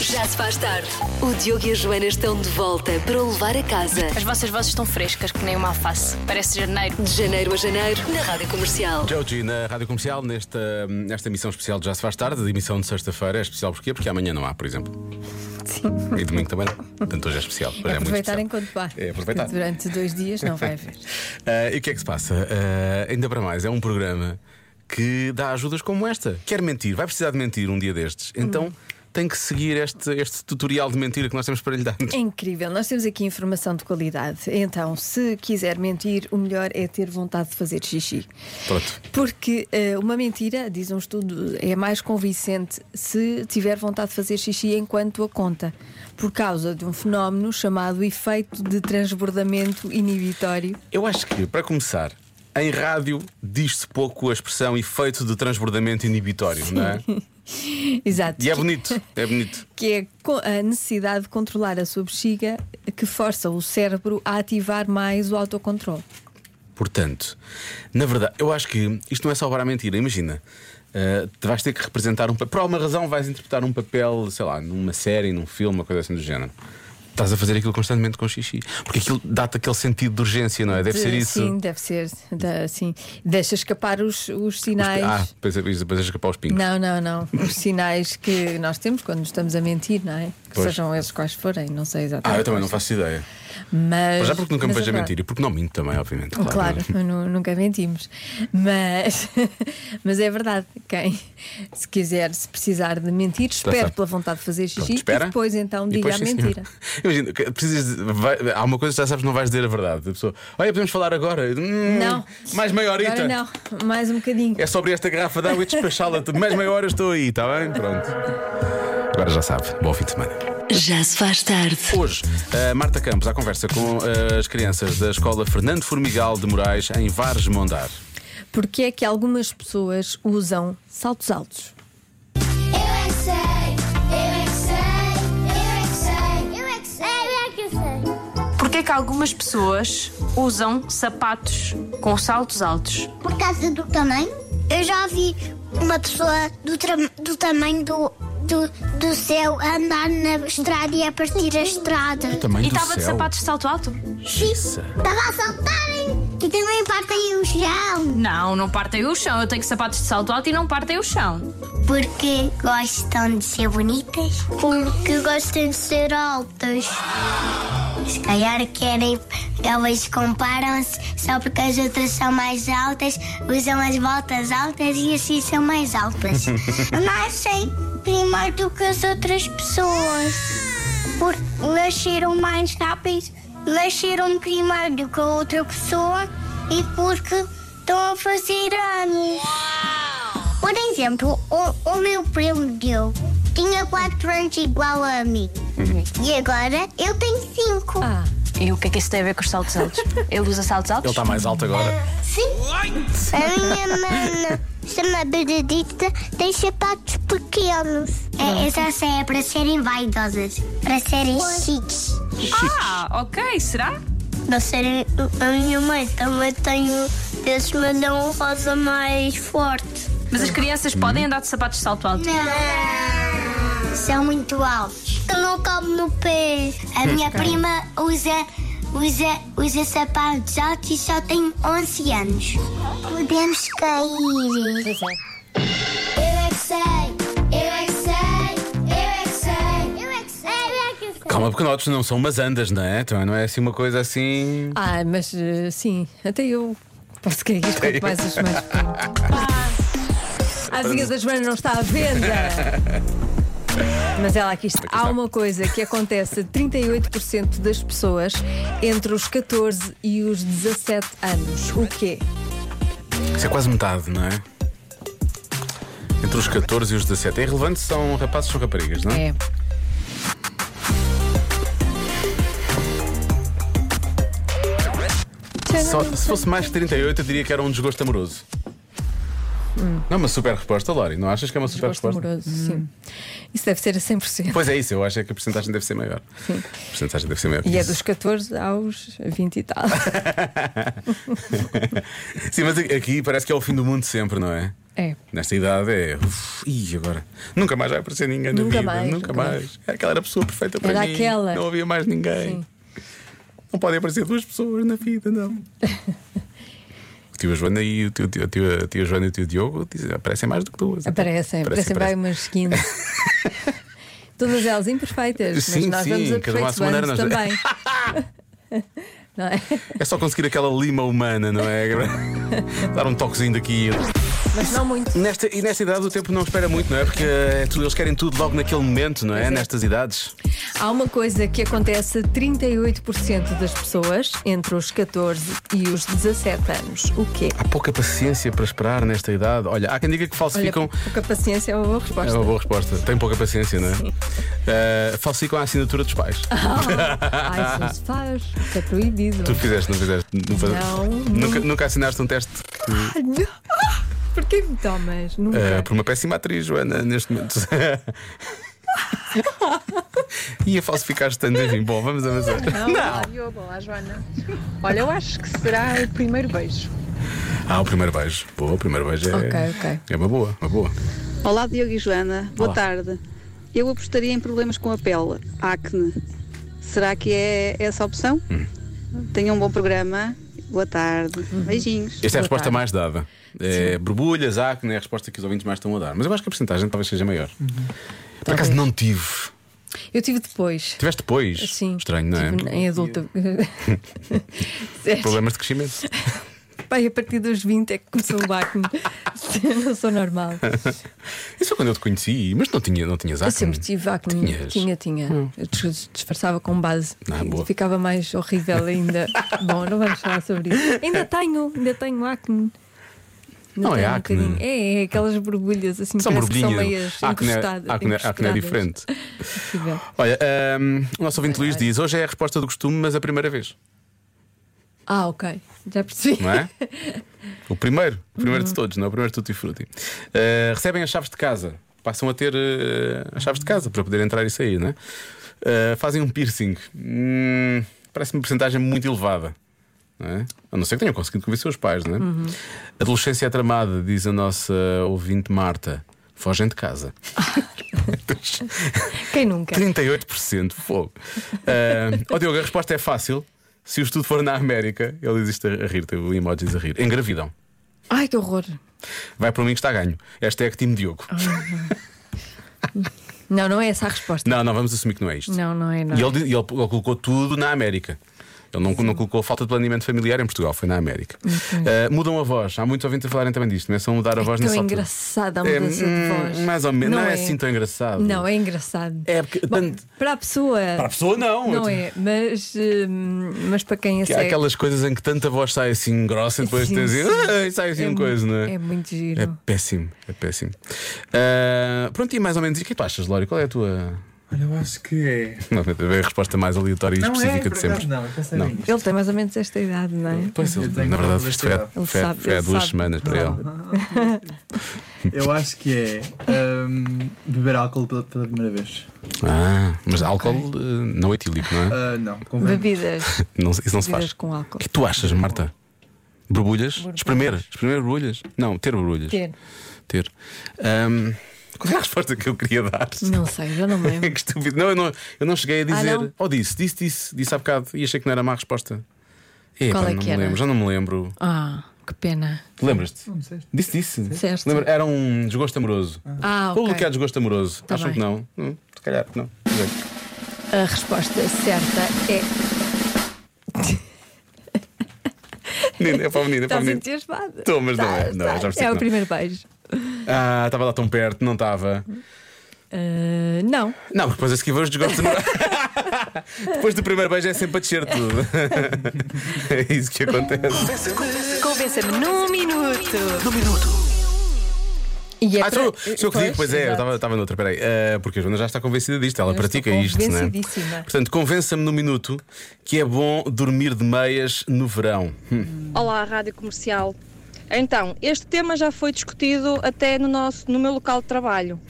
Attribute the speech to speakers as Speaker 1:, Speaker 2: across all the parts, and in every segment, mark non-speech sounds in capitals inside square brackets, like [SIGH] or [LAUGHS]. Speaker 1: Já se faz tarde. O Diogo e a Joana estão de volta para o levar a casa.
Speaker 2: As vossas vozes estão frescas, que nem uma alface. Parece janeiro.
Speaker 1: De janeiro a janeiro, na Rádio Comercial.
Speaker 3: Joji na Rádio Comercial, nesta, nesta emissão especial de Já Se Faz Tarde, de emissão de sexta-feira, é especial porquê? Porque amanhã não há, por exemplo. Sim. E domingo também não. Portanto, hoje é especial. Hoje é muito
Speaker 4: aproveitar
Speaker 3: especial.
Speaker 4: enquanto pá.
Speaker 3: É aproveitar.
Speaker 4: Durante dois dias não vai haver.
Speaker 3: Ah, e o que é que se passa? Ah, ainda para mais, é um programa que dá ajudas como esta. Quer mentir, vai precisar de mentir um dia destes. Então
Speaker 4: Hum.
Speaker 3: tem que seguir este, este tutorial de mentira que nós temos para lhe dar.
Speaker 4: [LAUGHS] É incrível, nós temos aqui informação de qualidade. Então, se quiser mentir, o melhor é ter vontade de fazer xixi.
Speaker 3: Pronto.
Speaker 4: Porque eh, uma mentira, diz um estudo, é mais convincente se tiver vontade de fazer xixi enquanto a conta, por causa de um fenómeno chamado efeito de transbordamento inibitório. [LAUGHS]
Speaker 3: Eu acho que, para começar, em rádio diz-se pouco a expressão efeito de transbordamento inibitório, não é?
Speaker 4: Exato.
Speaker 3: E é bonito, é bonito.
Speaker 4: que é co- a necessidade de controlar a sua bexiga que força o cérebro a ativar mais o autocontrole.
Speaker 3: Portanto, na verdade, eu acho que isto não é só para a mentira. Imagina, ah, te vais ter que representar um papel. Por alguma razão, vais interpretar um papel, sei lá, numa série, num filme, uma coisa assim do género. Estás a fazer aquilo constantemente com xixi. Porque aquilo dá-te aquele sentido de urgência, não é? Deve ser isso.
Speaker 4: Sim, deve ser. Da, sim. Deixa escapar os, os sinais.
Speaker 3: Ah, depois, depois de escapar os pingos.
Speaker 4: Não, não, não. Os sinais que nós temos quando estamos a mentir, não é? Que
Speaker 3: Pois.
Speaker 4: sejam eles quais forem, não sei exatamente.
Speaker 3: Ah, eu também não faço ideia.
Speaker 4: Mas.
Speaker 3: Mas já porque nunca me
Speaker 4: mas
Speaker 3: vejo a
Speaker 4: é
Speaker 3: mentir e porque não minto também, obviamente.
Speaker 4: Claro, nu- nunca mentimos. Mas, [LAUGHS] mas é verdade. Quem se quiser, se precisar de mentir, espera
Speaker 3: sabe.
Speaker 4: pela vontade de fazer
Speaker 3: Tá Pronto,
Speaker 4: xixi
Speaker 3: espera.
Speaker 4: e depois então diga
Speaker 3: depois,
Speaker 4: a
Speaker 3: sim, senhor.
Speaker 4: mentira.
Speaker 3: [LAUGHS] Imagina, que precisas de- vai- há uma coisa que já sabes que não vais dizer a verdade. A pessoa, olha, podemos falar agora. Hum,
Speaker 4: Não.
Speaker 3: [LAUGHS] Mais meia horita.
Speaker 4: Agora não, mais um bocadinho.
Speaker 3: É sobre esta garrafa de água e
Speaker 4: [LAUGHS]
Speaker 3: despachá-la. Mais meia hora eu estou aí, está bem? Pronto. Agora já sabe. Bom fim de semana.
Speaker 1: Já se faz tarde.
Speaker 3: Hoje, a Marta Campos à conversa com eh, as crianças da escola Fernando Formigal de Moraes em Vares Mondar.
Speaker 4: Porque é que algumas pessoas usam saltos altos?
Speaker 5: Eu é que sei, eu é que sei, eu é que sei, eu é que sei, eu é que sei.
Speaker 2: Porquê é que algumas pessoas usam sapatos com saltos altos?
Speaker 5: Por causa do tamanho? Eu já vi uma pessoa do, tra- do tamanho do, do, do céu andar na estrada e a partir a estrada.
Speaker 3: Tamanho
Speaker 2: e estava de sapatos de salto alto?
Speaker 5: Estava a saltarem e também partem o chão.
Speaker 2: Não, não partem o chão. Eu tenho sapatos de salto alto e não partem o chão.
Speaker 5: Porque gostam de ser bonitas? Porque gostam de ser altas. Se calhar querem, elas comparam-se só porque as outras são mais altas, usam as voltas altas e assim são mais altas. Nascem primeiro do que as outras pessoas. Porque nasceram mais rápido, nasceram primeiro do que a outra pessoa e porque estão a fazer anos. Por exemplo, o, o meu primo Diogo tinha quatro anos igual a mim. E agora eu tenho cinco.
Speaker 4: Ah,
Speaker 2: E o que é que isso tem a ver com os saltos altos? Ele usa saltos
Speaker 3: Ele
Speaker 2: altos?
Speaker 3: está mais alto agora.
Speaker 5: Sim. A minha mana chama Benedita tem sapatos pequenos. É, essa é para serem vaidosas, para serem chiques.
Speaker 2: Ah, ok, será?
Speaker 5: Para serem. A minha mãe também tem. um Eles mandam um rosa mais forte.
Speaker 2: Mas as crianças podem andar de sapatos de salto alto?
Speaker 5: Não. São muito altos. Que não cabe no pé. A minha prima usa, usa, usa sapatos altos e só tem 11 anos. Podemos cair. Eu é que sei, eu é que sei, eu é que sei, eu é que sei, eu é que sei.
Speaker 3: Calma, porque nós não são umas andas, não é? Também não é assim uma coisa assim.
Speaker 4: ah mas eh, sim, até eu posso cair quanto mais as mãos. A vizinha da Joana não está à venda. Mas ela aqui está. Há uma coisa que acontece a 38% das pessoas entre os 14 e os 17 anos. O quê?
Speaker 3: Isso é quase metade, não é? Entre os 14 e os 17. É irrelevante se são rapazes ou raparigas, não é?
Speaker 4: É. É.
Speaker 3: Só- se fosse mais de 38, eu diria que era um desgosto amoroso. Não é uma super resposta, Lori. Não achas que é uma super
Speaker 4: Hum. Desgosto
Speaker 3: resposta?
Speaker 4: amoroso, sim. Isso deve ser a 100%.
Speaker 3: Pois é isso, eu acho é que a porcentagem deve ser maior. Sim. A porcentagem deve ser maior. que
Speaker 4: E é
Speaker 3: isso.
Speaker 4: dos 14 aos 20 e tal.
Speaker 3: [LAUGHS] Sim, mas aqui parece que é o fim do mundo sempre, não é?
Speaker 4: É.
Speaker 3: Nesta idade é. Uf, ih, agora. Nunca mais vai aparecer ninguém na
Speaker 4: Nunca
Speaker 3: vida.
Speaker 4: mais,
Speaker 3: nunca
Speaker 4: nunca
Speaker 3: mais. Aquela era a pessoa perfeita para
Speaker 4: Era
Speaker 3: mim.
Speaker 4: aquela.
Speaker 3: Não havia mais ninguém.
Speaker 4: Sim.
Speaker 3: Não podem aparecer duas pessoas na vida,
Speaker 4: [LAUGHS]
Speaker 3: não. O tio Joana e o tio, tio, tio, tio Joana e o tio Diogo dizem, aparecem mais do que duas. então."
Speaker 4: Aparecem, aparecem bem umas 15.
Speaker 3: [LAUGHS]
Speaker 4: Todas elas imperfeitas,
Speaker 3: Sim,
Speaker 4: mas nós
Speaker 3: sim,
Speaker 4: vamos
Speaker 3: cada uma à sua maneira,
Speaker 4: aperfeiçoando
Speaker 3: nós-
Speaker 4: também.
Speaker 3: [LAUGHS]
Speaker 4: Não é?
Speaker 3: É só conseguir aquela lima humana, não
Speaker 4: [LAUGHS]
Speaker 3: é? Dar um toquezinho daqui.
Speaker 4: Mas não muito.
Speaker 3: Nesta, e nesta idade o tempo não espera muito, não é? Porque eh, tu- eles querem tudo logo naquele momento, não é? Nestas idades.
Speaker 4: Há uma coisa que acontece a 38% das pessoas entre os 14 e os 17 anos. O quê?
Speaker 3: Há pouca paciência para esperar nesta idade. Olha, há quem diga que
Speaker 4: Olha,
Speaker 3: falsificam.
Speaker 4: pouca paciência é uma boa resposta.
Speaker 3: [LAUGHS] É uma boa resposta. Tem pouca paciência, não é? Eh, falsificam a assinatura dos pais.
Speaker 4: Ah. Ai, isso não se faz, isso é proibido.
Speaker 3: Tu fizeste, não fizeste? Não, faz-
Speaker 4: Não,
Speaker 3: Nunca, nunca assinaste um teste que,
Speaker 4: Ai, não. Ah, Porquê me tomas? Nunca.
Speaker 3: eh, por uma péssima atriz, Joana, neste momento. [LAUGHS] Ia falsificar tanto, enfim. Bom, vamos avançar.
Speaker 6: Olá, Diogo. Olá, Joana. Olha, eu acho que será o primeiro beijo.
Speaker 3: Ah, o primeiro beijo. Boa, o primeiro beijo é.
Speaker 4: Ok, ok.
Speaker 3: É uma boa, uma boa.
Speaker 7: Olá, Diogo e Joana. Boa
Speaker 3: Olá.
Speaker 7: tarde. Eu apostaria em problemas com a pele, acne. Será que é essa a opção?
Speaker 3: Hum.
Speaker 7: Tenham um bom programa. Boa tarde.
Speaker 8: Hum.
Speaker 7: Beijinhos.
Speaker 3: Esta é a
Speaker 4: Boa
Speaker 3: resposta
Speaker 4: tarde.
Speaker 3: mais dada. É, borbulhas, acne, é a resposta que os ouvintes mais estão a dar. Mas eu acho que a porcentagem talvez seja maior. Por acaso
Speaker 4: Uhum. Talvez.
Speaker 3: não tive.
Speaker 4: Eu tive depois.
Speaker 3: Tiveste depois?
Speaker 4: Sim.
Speaker 3: Estranho, não é?
Speaker 4: tive Em adulta.
Speaker 3: [LAUGHS]
Speaker 4: Sério.
Speaker 3: Problemas de crescimento.
Speaker 4: Pai, a partir dos 20 é que começou o [LAUGHS] acne. não sou normal.
Speaker 3: Isso foi quando eu te conheci, mas não, tinha, não tinhas acne.
Speaker 4: Eu sempre tive acne.
Speaker 3: Tinhas?
Speaker 4: Tinha, tinha.
Speaker 3: Hum.
Speaker 4: Eu dis- disfarçava com base.
Speaker 3: Ah, boa.
Speaker 4: Ficava mais horrível
Speaker 3: [LAUGHS]
Speaker 4: ainda. Bom, não vamos falar sobre isso. Ainda tenho, ainda tenho acne. Ainda
Speaker 3: Não é
Speaker 4: tenho um
Speaker 3: acne.
Speaker 4: bocadinho. é, é aquelas borbulhas assim
Speaker 3: São
Speaker 4: parece que são
Speaker 3: borbulhinhas. Ah,
Speaker 4: meias
Speaker 3: Acne,
Speaker 4: encostadas.
Speaker 3: acne, acne é
Speaker 4: encostadas.
Speaker 3: diferente.
Speaker 4: Horrível.
Speaker 3: Olha, hum, o nosso ouvinte Luís diz: hoje é a resposta do costume, mas a primeira vez,
Speaker 4: Ah, ok. Já percebi.
Speaker 3: não é? o primeiro, o primeiro de todos, não é? O primeiro de tutti frutti. Uh, recebem as chaves de casa, passam a ter uh, as chaves de casa para poder entrar e sair, não é? Uh, fazem um piercing, Hum, parece-me uma porcentagem muito elevada. Não é? A não ser que tenham conseguido convencer os pais, não é? Adolescência é tramada, diz a nossa ouvinte Marta. Fogem de casa.
Speaker 4: [LAUGHS] Quem nunca?
Speaker 3: 38% fogo. Uh, oh Diogo, a resposta é fácil. Se o estudo for na América, ele existe a rir, teve o emojis a rir. Engravidam.
Speaker 4: Ai, que horror.
Speaker 3: Vai para mim que está a ganho. Esta é a que time Diogo.
Speaker 4: Ah. Não, não é essa a resposta.
Speaker 3: Não, não, vamos assumir que não é isto.
Speaker 4: Não, não é. Não.
Speaker 3: E ele, ele- ele colocou tudo na América. Ele não, não colocou falta de planeamento familiar em Portugal, foi na América. Uh, mudam a voz. Há muitos ouvintes a falarem também disto. Começam a mudar a
Speaker 4: É
Speaker 3: voz
Speaker 4: tão
Speaker 3: nessa altura.
Speaker 4: engraçada a mudança de
Speaker 3: hum,
Speaker 4: voz.
Speaker 3: Mais ou menos. Não, é assim tão engraçado.
Speaker 4: Não, é engraçado.
Speaker 3: É porque
Speaker 4: Bom,
Speaker 3: tanto-
Speaker 4: para a pessoa.
Speaker 3: Para a pessoa, não.
Speaker 4: Não é, mas, hum, mas para quem é
Speaker 3: Que há
Speaker 4: cego.
Speaker 3: aquelas coisas em que tanta voz sai assim grossa e depois
Speaker 4: Sim,
Speaker 3: tens
Speaker 4: sim.
Speaker 3: assim, "Ah", sai assim
Speaker 4: É
Speaker 3: uma
Speaker 4: mu-
Speaker 3: coisa, não é?
Speaker 4: é muito giro.
Speaker 3: É péssimo, é péssimo. Ah, pronto, e mais ou menos. E o que é que tu achas, Lório? Qual é a tua.
Speaker 9: Olha, eu acho que é.
Speaker 3: Não, é a resposta mais aleatória e específica de sempre.
Speaker 9: não, é eu pensei
Speaker 3: Não.
Speaker 9: bem nisto.
Speaker 4: Ele tem mais ou menos esta idade, não é?
Speaker 3: Pois, ele,
Speaker 9: Eu tenho
Speaker 3: na verdade,
Speaker 9: uma
Speaker 3: isto foi, há-
Speaker 9: curiosidade.
Speaker 4: Ele
Speaker 3: foi há-
Speaker 4: sabe,
Speaker 3: foi há
Speaker 4: ele
Speaker 3: duas
Speaker 4: sabe.
Speaker 3: semanas para ele.
Speaker 9: Eu acho que é hum, beber álcool pela, pela primeira vez.
Speaker 3: Ah, mas álcool eh, não etílico, não é?
Speaker 9: Ah, não, convém.
Speaker 4: Bebidas.
Speaker 3: Não, isso não [LAUGHS] se faz.
Speaker 4: Bebidas com
Speaker 3: O
Speaker 4: álcool.
Speaker 3: que tu achas, Marta? Borbulhas? Espremer? Espremer borbulhas? Não, ter borbulhas.
Speaker 4: Ter.
Speaker 3: Ter. Ahm, qual é a resposta que eu queria dar? [LAUGHS]
Speaker 4: Não sei, já não me
Speaker 3: É
Speaker 4: lembro. Ah,
Speaker 3: que estúpido. Não, eu não, eu não cheguei a dizer.
Speaker 4: não?
Speaker 3: Ou disse, disse, disse, disse há bocado e achei que não era má resposta. Epá,
Speaker 4: Qual é
Speaker 3: não
Speaker 4: que
Speaker 3: me
Speaker 4: era?
Speaker 3: lembro, já não me lembro.
Speaker 4: Ah, que pena.
Speaker 3: Lembras-te?
Speaker 9: disseste.
Speaker 3: Disse, disse.
Speaker 4: Disseste.
Speaker 3: Lembra- Era um desgosto amoroso.
Speaker 4: Ah,
Speaker 3: Ou o que é
Speaker 4: ok.
Speaker 3: desgosto amoroso?
Speaker 4: Tá
Speaker 3: Acham
Speaker 4: bem.
Speaker 3: que não? Hum, se calhar que não. Não sei. [LAUGHS]
Speaker 4: A resposta certa é.
Speaker 3: Menino, é para o menino, é para o
Speaker 4: Estás
Speaker 3: menino.
Speaker 4: entusiasmada.
Speaker 3: Estou, mas não
Speaker 4: Tá,
Speaker 3: é. Não,
Speaker 4: tá.
Speaker 3: já percebi
Speaker 4: é
Speaker 3: que
Speaker 4: o
Speaker 3: não.
Speaker 4: primeiro beijo.
Speaker 3: Ah, estava lá tão perto, não estava.
Speaker 4: Ah, não.
Speaker 3: Não, mas depois a seguir vamos desgostos amorosos. [LAUGHS] depois do primeiro beijo é sempre a descer tudo. [LAUGHS] é isso que acontece.
Speaker 1: Convença-me num minuto.
Speaker 4: E é
Speaker 3: Ah,
Speaker 4: para-
Speaker 3: sou, eu- sou eu que digo, pois é, eu estava- estava noutra, peraí. Ah, porque a Joana já está convencida disto, ela
Speaker 4: Eu
Speaker 3: pratica
Speaker 4: estou
Speaker 3: isto, né?
Speaker 4: convencidíssima.
Speaker 3: Portanto, convença-me no minuto que é bom dormir de meias no verão. Hum,
Speaker 10: Olá, Rádio Comercial. Então, este tema já foi discutido até no, nosso, no meu local de trabalho.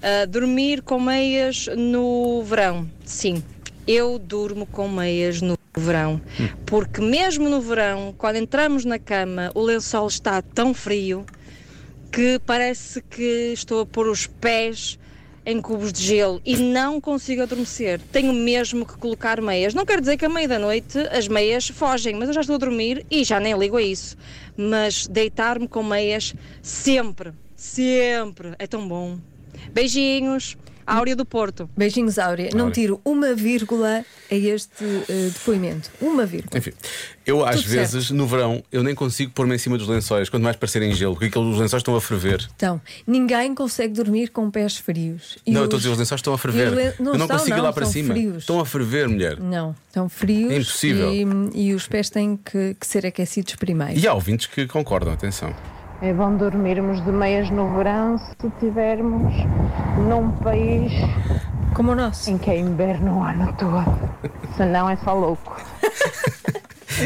Speaker 10: Ah, dormir com meias no verão. Sim, eu durmo com meias no verão. Porque mesmo no verão, quando entramos na cama, o lençol está tão frio que parece que estou a pôr os pés em cubos de gelo e não consigo adormecer. Tenho mesmo que colocar meias. Não quer dizer que à meia da noite as meias fogem, mas eu já estou a dormir e já nem ligo a isso. Mas deitar-me com meias sempre, sempre é tão bom. Beijinhos, Áurea do Porto.
Speaker 4: Beijinhos, Áurea. Não
Speaker 3: Áurea.
Speaker 4: tiro uma vírgula a este eh, depoimento. Uma vírgula.
Speaker 3: Enfim, eu às
Speaker 4: Tudo certo.
Speaker 3: vezes, no verão, eu nem consigo pôr-me em cima dos lençóis, quanto mais parecerem gelo, porque aqueles lençóis estão a ferver.
Speaker 4: Então, ninguém consegue dormir com pés frios. E
Speaker 3: não, eu
Speaker 4: os-
Speaker 3: estou a dizer, os lençóis estão a
Speaker 4: e
Speaker 3: ferver.
Speaker 4: os len-
Speaker 3: eu não
Speaker 4: estão,
Speaker 3: consigo ir lá para
Speaker 4: são
Speaker 3: cima.
Speaker 4: frios.
Speaker 3: Estão a ferver, mulher.
Speaker 4: Não, estão frios.
Speaker 3: É impossível.
Speaker 4: E, e os pés têm que, que ser aquecidos primeiro.
Speaker 3: E há ouvintes que concordam, atenção.
Speaker 8: É bom dormirmos de meias no verão se tivermos num país
Speaker 4: Como o nosso.
Speaker 8: em que é inverno o ano todo. Senão é só louco.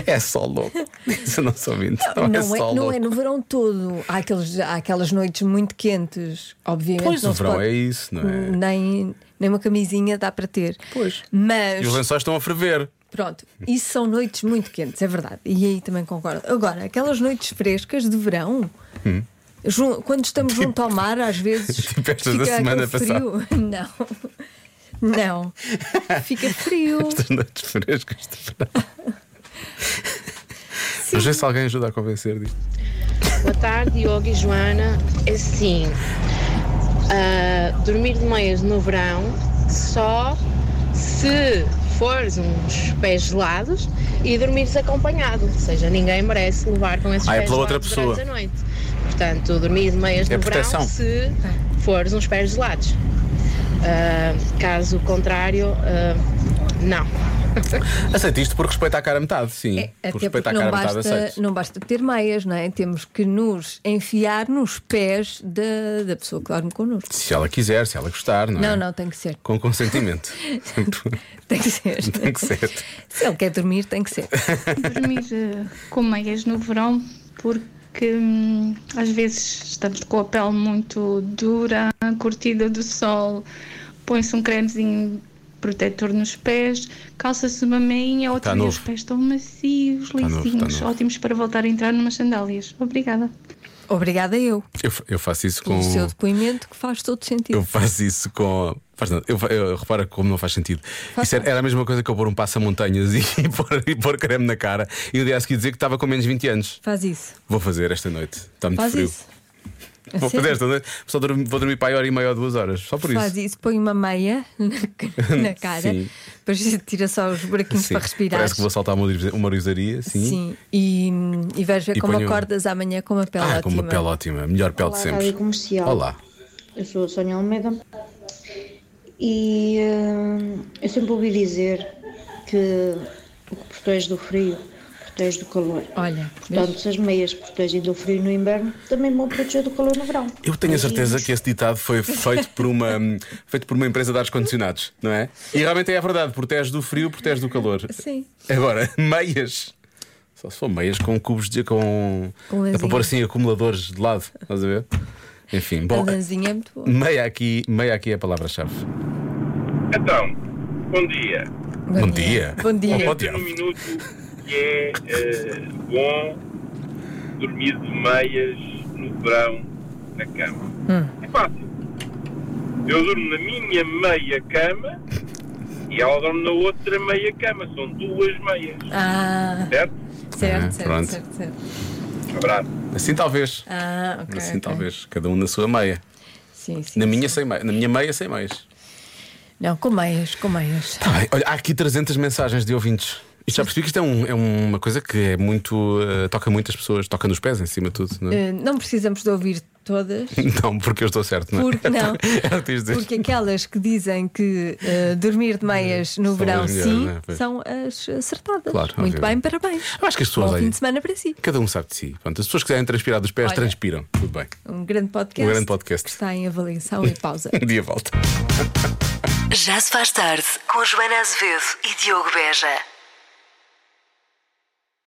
Speaker 3: É só
Speaker 4: [LAUGHS]
Speaker 3: louco. Isso não sou ouvinte. Não, é
Speaker 4: Não,
Speaker 3: só
Speaker 4: é,
Speaker 3: louco.
Speaker 4: não é no verão todo. Há, aqueles, há aquelas noites muito quentes, obviamente.
Speaker 3: Pois,
Speaker 4: não
Speaker 3: o
Speaker 4: se
Speaker 3: verão
Speaker 4: pode-
Speaker 3: é isso, não é?
Speaker 4: Nem, nem uma camisinha dá para ter. Pois. Mas.
Speaker 3: E os lençóis estão a ferver. [LAUGHS]
Speaker 4: Pronto, isso são noites muito quentes, é verdade. E aí também concordo. Agora, aquelas noites frescas de verão, jun- quando estamos junto ao mar, às vezes.
Speaker 3: Hum. [LAUGHS] Tipo estas da
Speaker 4: fica
Speaker 3: semana
Speaker 4: aquele frio. Não. Não. Fica frio.
Speaker 3: Estas noites frescas de verão.
Speaker 4: [LAUGHS]
Speaker 3: Vamos ver se alguém ajuda a convencer disto.
Speaker 8: Boa tarde, Diogo e Joana. Assim, ah, dormir de meias no verão só se fores uns pés gelados e dormires acompanhado. Ou seja, ninguém merece levar com esses
Speaker 3: Ah, é
Speaker 8: pés
Speaker 3: pela outra
Speaker 8: gelados durante a
Speaker 3: pessoa.
Speaker 8: noite. Portanto, dormir de meias
Speaker 3: É
Speaker 8: no
Speaker 3: proteção.
Speaker 8: verão se fores uns pés gelados. Ah, caso contrário, ah, não.
Speaker 3: Aceito isto por respeito à cara metade, sim.
Speaker 4: É,
Speaker 3: por
Speaker 4: até
Speaker 3: respeito
Speaker 4: porque
Speaker 3: à
Speaker 4: não
Speaker 3: cara metade,
Speaker 4: basta,
Speaker 3: aceito.
Speaker 4: não basta ter meias, não é? Temos que nos enfiar nos pés da, da pessoa que dorme connosco.
Speaker 3: Se ela quiser, se ela gostar, não é?
Speaker 4: Não, não, tem que ser. [LAUGHS]
Speaker 3: Com consentimento.
Speaker 4: Tem que ser.
Speaker 3: Tem que ser.
Speaker 4: Se ele quer dormir, tem que ser.
Speaker 11: dormir eh, com meias no verão porque hum, às vezes estamos com a pele muito dura, curtida do sol, põe-se um cremezinho protetor nos pés, calça-se uma meinha, outro
Speaker 3: Tá
Speaker 11: dia os
Speaker 3: novo.
Speaker 11: pés estão macios,
Speaker 3: novo, tá
Speaker 11: lisinhos,
Speaker 3: novo.
Speaker 11: ótimos para voltar a entrar numas sandálias. Obrigada.
Speaker 4: Obrigada eu
Speaker 3: Eu, fa- eu faço isso com.
Speaker 4: pelo seu depoimento que faz todo sentido.
Speaker 3: Eu faço isso com. Faz nada. Eu, fa- eu- repara como não faz sentido. Isso era, era a mesma coisa que eu pôr um passa-montanhas e, [LAUGHS] e, pôr, e pôr creme na cara e o dia a seguir dizer que estava com menos 20 anos.
Speaker 4: Faz isso.
Speaker 3: Vou fazer esta noite. Está muito
Speaker 4: Faz
Speaker 3: frio.
Speaker 4: isso. A
Speaker 3: Vou fazer
Speaker 4: sério?
Speaker 3: esta noite. Só dormi- vou dormir para a hora e meia ou duas horas. Só por
Speaker 4: Faz
Speaker 3: isso.
Speaker 4: isso, põe uma meia [LAUGHS]
Speaker 3: [LAUGHS]
Speaker 4: na, na cara,
Speaker 3: Sim.
Speaker 4: depois tira só os buraquinhos
Speaker 3: Sim.
Speaker 4: para respirar.
Speaker 3: Parece que vou saltar uma, oriza- uma orizaria. Sim.
Speaker 4: Sim, e, e vais ver
Speaker 3: E
Speaker 4: como
Speaker 3: ponho-
Speaker 4: acordas amanhã com uma pele
Speaker 3: Ah,
Speaker 4: ótima.
Speaker 3: com uma pele ótima. Melhor pele de sempre.
Speaker 8: Comercial.
Speaker 3: Olá.
Speaker 8: Eu sou a Sónia Almeida e hum, eu sempre ouvi dizer que o que protege do frio protege do calor.
Speaker 4: Olha, vês?
Speaker 8: Portanto, se as meias protegem do frio no inverno, também vão proteger do calor no verão.
Speaker 3: Eu tenho a certeza que esse ditado foi feito por uma, [LAUGHS] feito por uma empresa de ar-condicionados, não é? E realmente é a verdade, protege do frio, protege do calor.
Speaker 4: Sim.
Speaker 3: Agora, [LAUGHS] meias. Só se for meias com cubos de. com. é
Speaker 4: Com
Speaker 3: para
Speaker 4: lãzinha.
Speaker 3: pôr assim acumuladores de lado, estás a ver? Enfim,
Speaker 4: a
Speaker 3: bom.
Speaker 4: lãzinha é muito boa.
Speaker 3: Meia aqui, meia aqui é a palavra-chave.
Speaker 12: Então, bom dia.
Speaker 3: Bom, dia.
Speaker 4: Bom dia.
Speaker 3: Bom
Speaker 12: Tem um
Speaker 3: dia.
Speaker 12: minuto que é eh, bom dormir de meias no verão na cama. É fácil. Eu durmo na minha meia cama e ela dorme na outra meia cama. São duas meias,
Speaker 4: Ah,
Speaker 12: certo? Um
Speaker 4: certo,
Speaker 3: Ah,
Speaker 4: certo,
Speaker 3: pronto.
Speaker 4: certo, certo.
Speaker 12: Abraço.
Speaker 3: Assim talvez.
Speaker 4: Ah, ok.
Speaker 3: Assim
Speaker 4: ok.
Speaker 3: talvez. Cada um na sua meia.
Speaker 4: Sim, sim.
Speaker 3: Na minha,
Speaker 4: sim.
Speaker 3: sem meia. Na minha meia, sem meias.
Speaker 4: Não, com meias, com meias.
Speaker 3: Tá bem. Olha, há aqui 300 mensagens de ouvintes. E já percebi que isto é, um- é uma coisa que é muito. eh, toca muitas pessoas, toca nos pés em cima de tudo, não [LAUGHS] é?
Speaker 4: Eh, não precisamos de ouvir todas.
Speaker 3: Não, porque eu estou certo, não [LAUGHS] é?
Speaker 4: Porque não?
Speaker 3: Era o que tinhas de dizer.
Speaker 4: Porque aquelas que dizem que eh, dormir de meias no
Speaker 3: São
Speaker 4: verão
Speaker 3: as melhores,
Speaker 4: sim,
Speaker 3: né? Pois.
Speaker 4: são as acertadas.
Speaker 3: Claro,
Speaker 4: Muito
Speaker 3: obviamente.
Speaker 4: bem, parabéns.
Speaker 3: Eu acho que as pessoas,
Speaker 4: Bom fim
Speaker 3: olha,
Speaker 4: de semana para si.
Speaker 3: Cada um sabe de si. Pronto, as pessoas que quiserem transpirar dos pés,
Speaker 4: Olha.
Speaker 3: transpiram. Tudo bem.
Speaker 4: Um grande podcast.
Speaker 3: Um grande podcast.
Speaker 4: que Está em avaliação e
Speaker 3: [LAUGHS]
Speaker 4: pausa.
Speaker 3: Um dia volta.
Speaker 1: tá. Já se faz tarde com Joana Azevedo e Diogo Beja.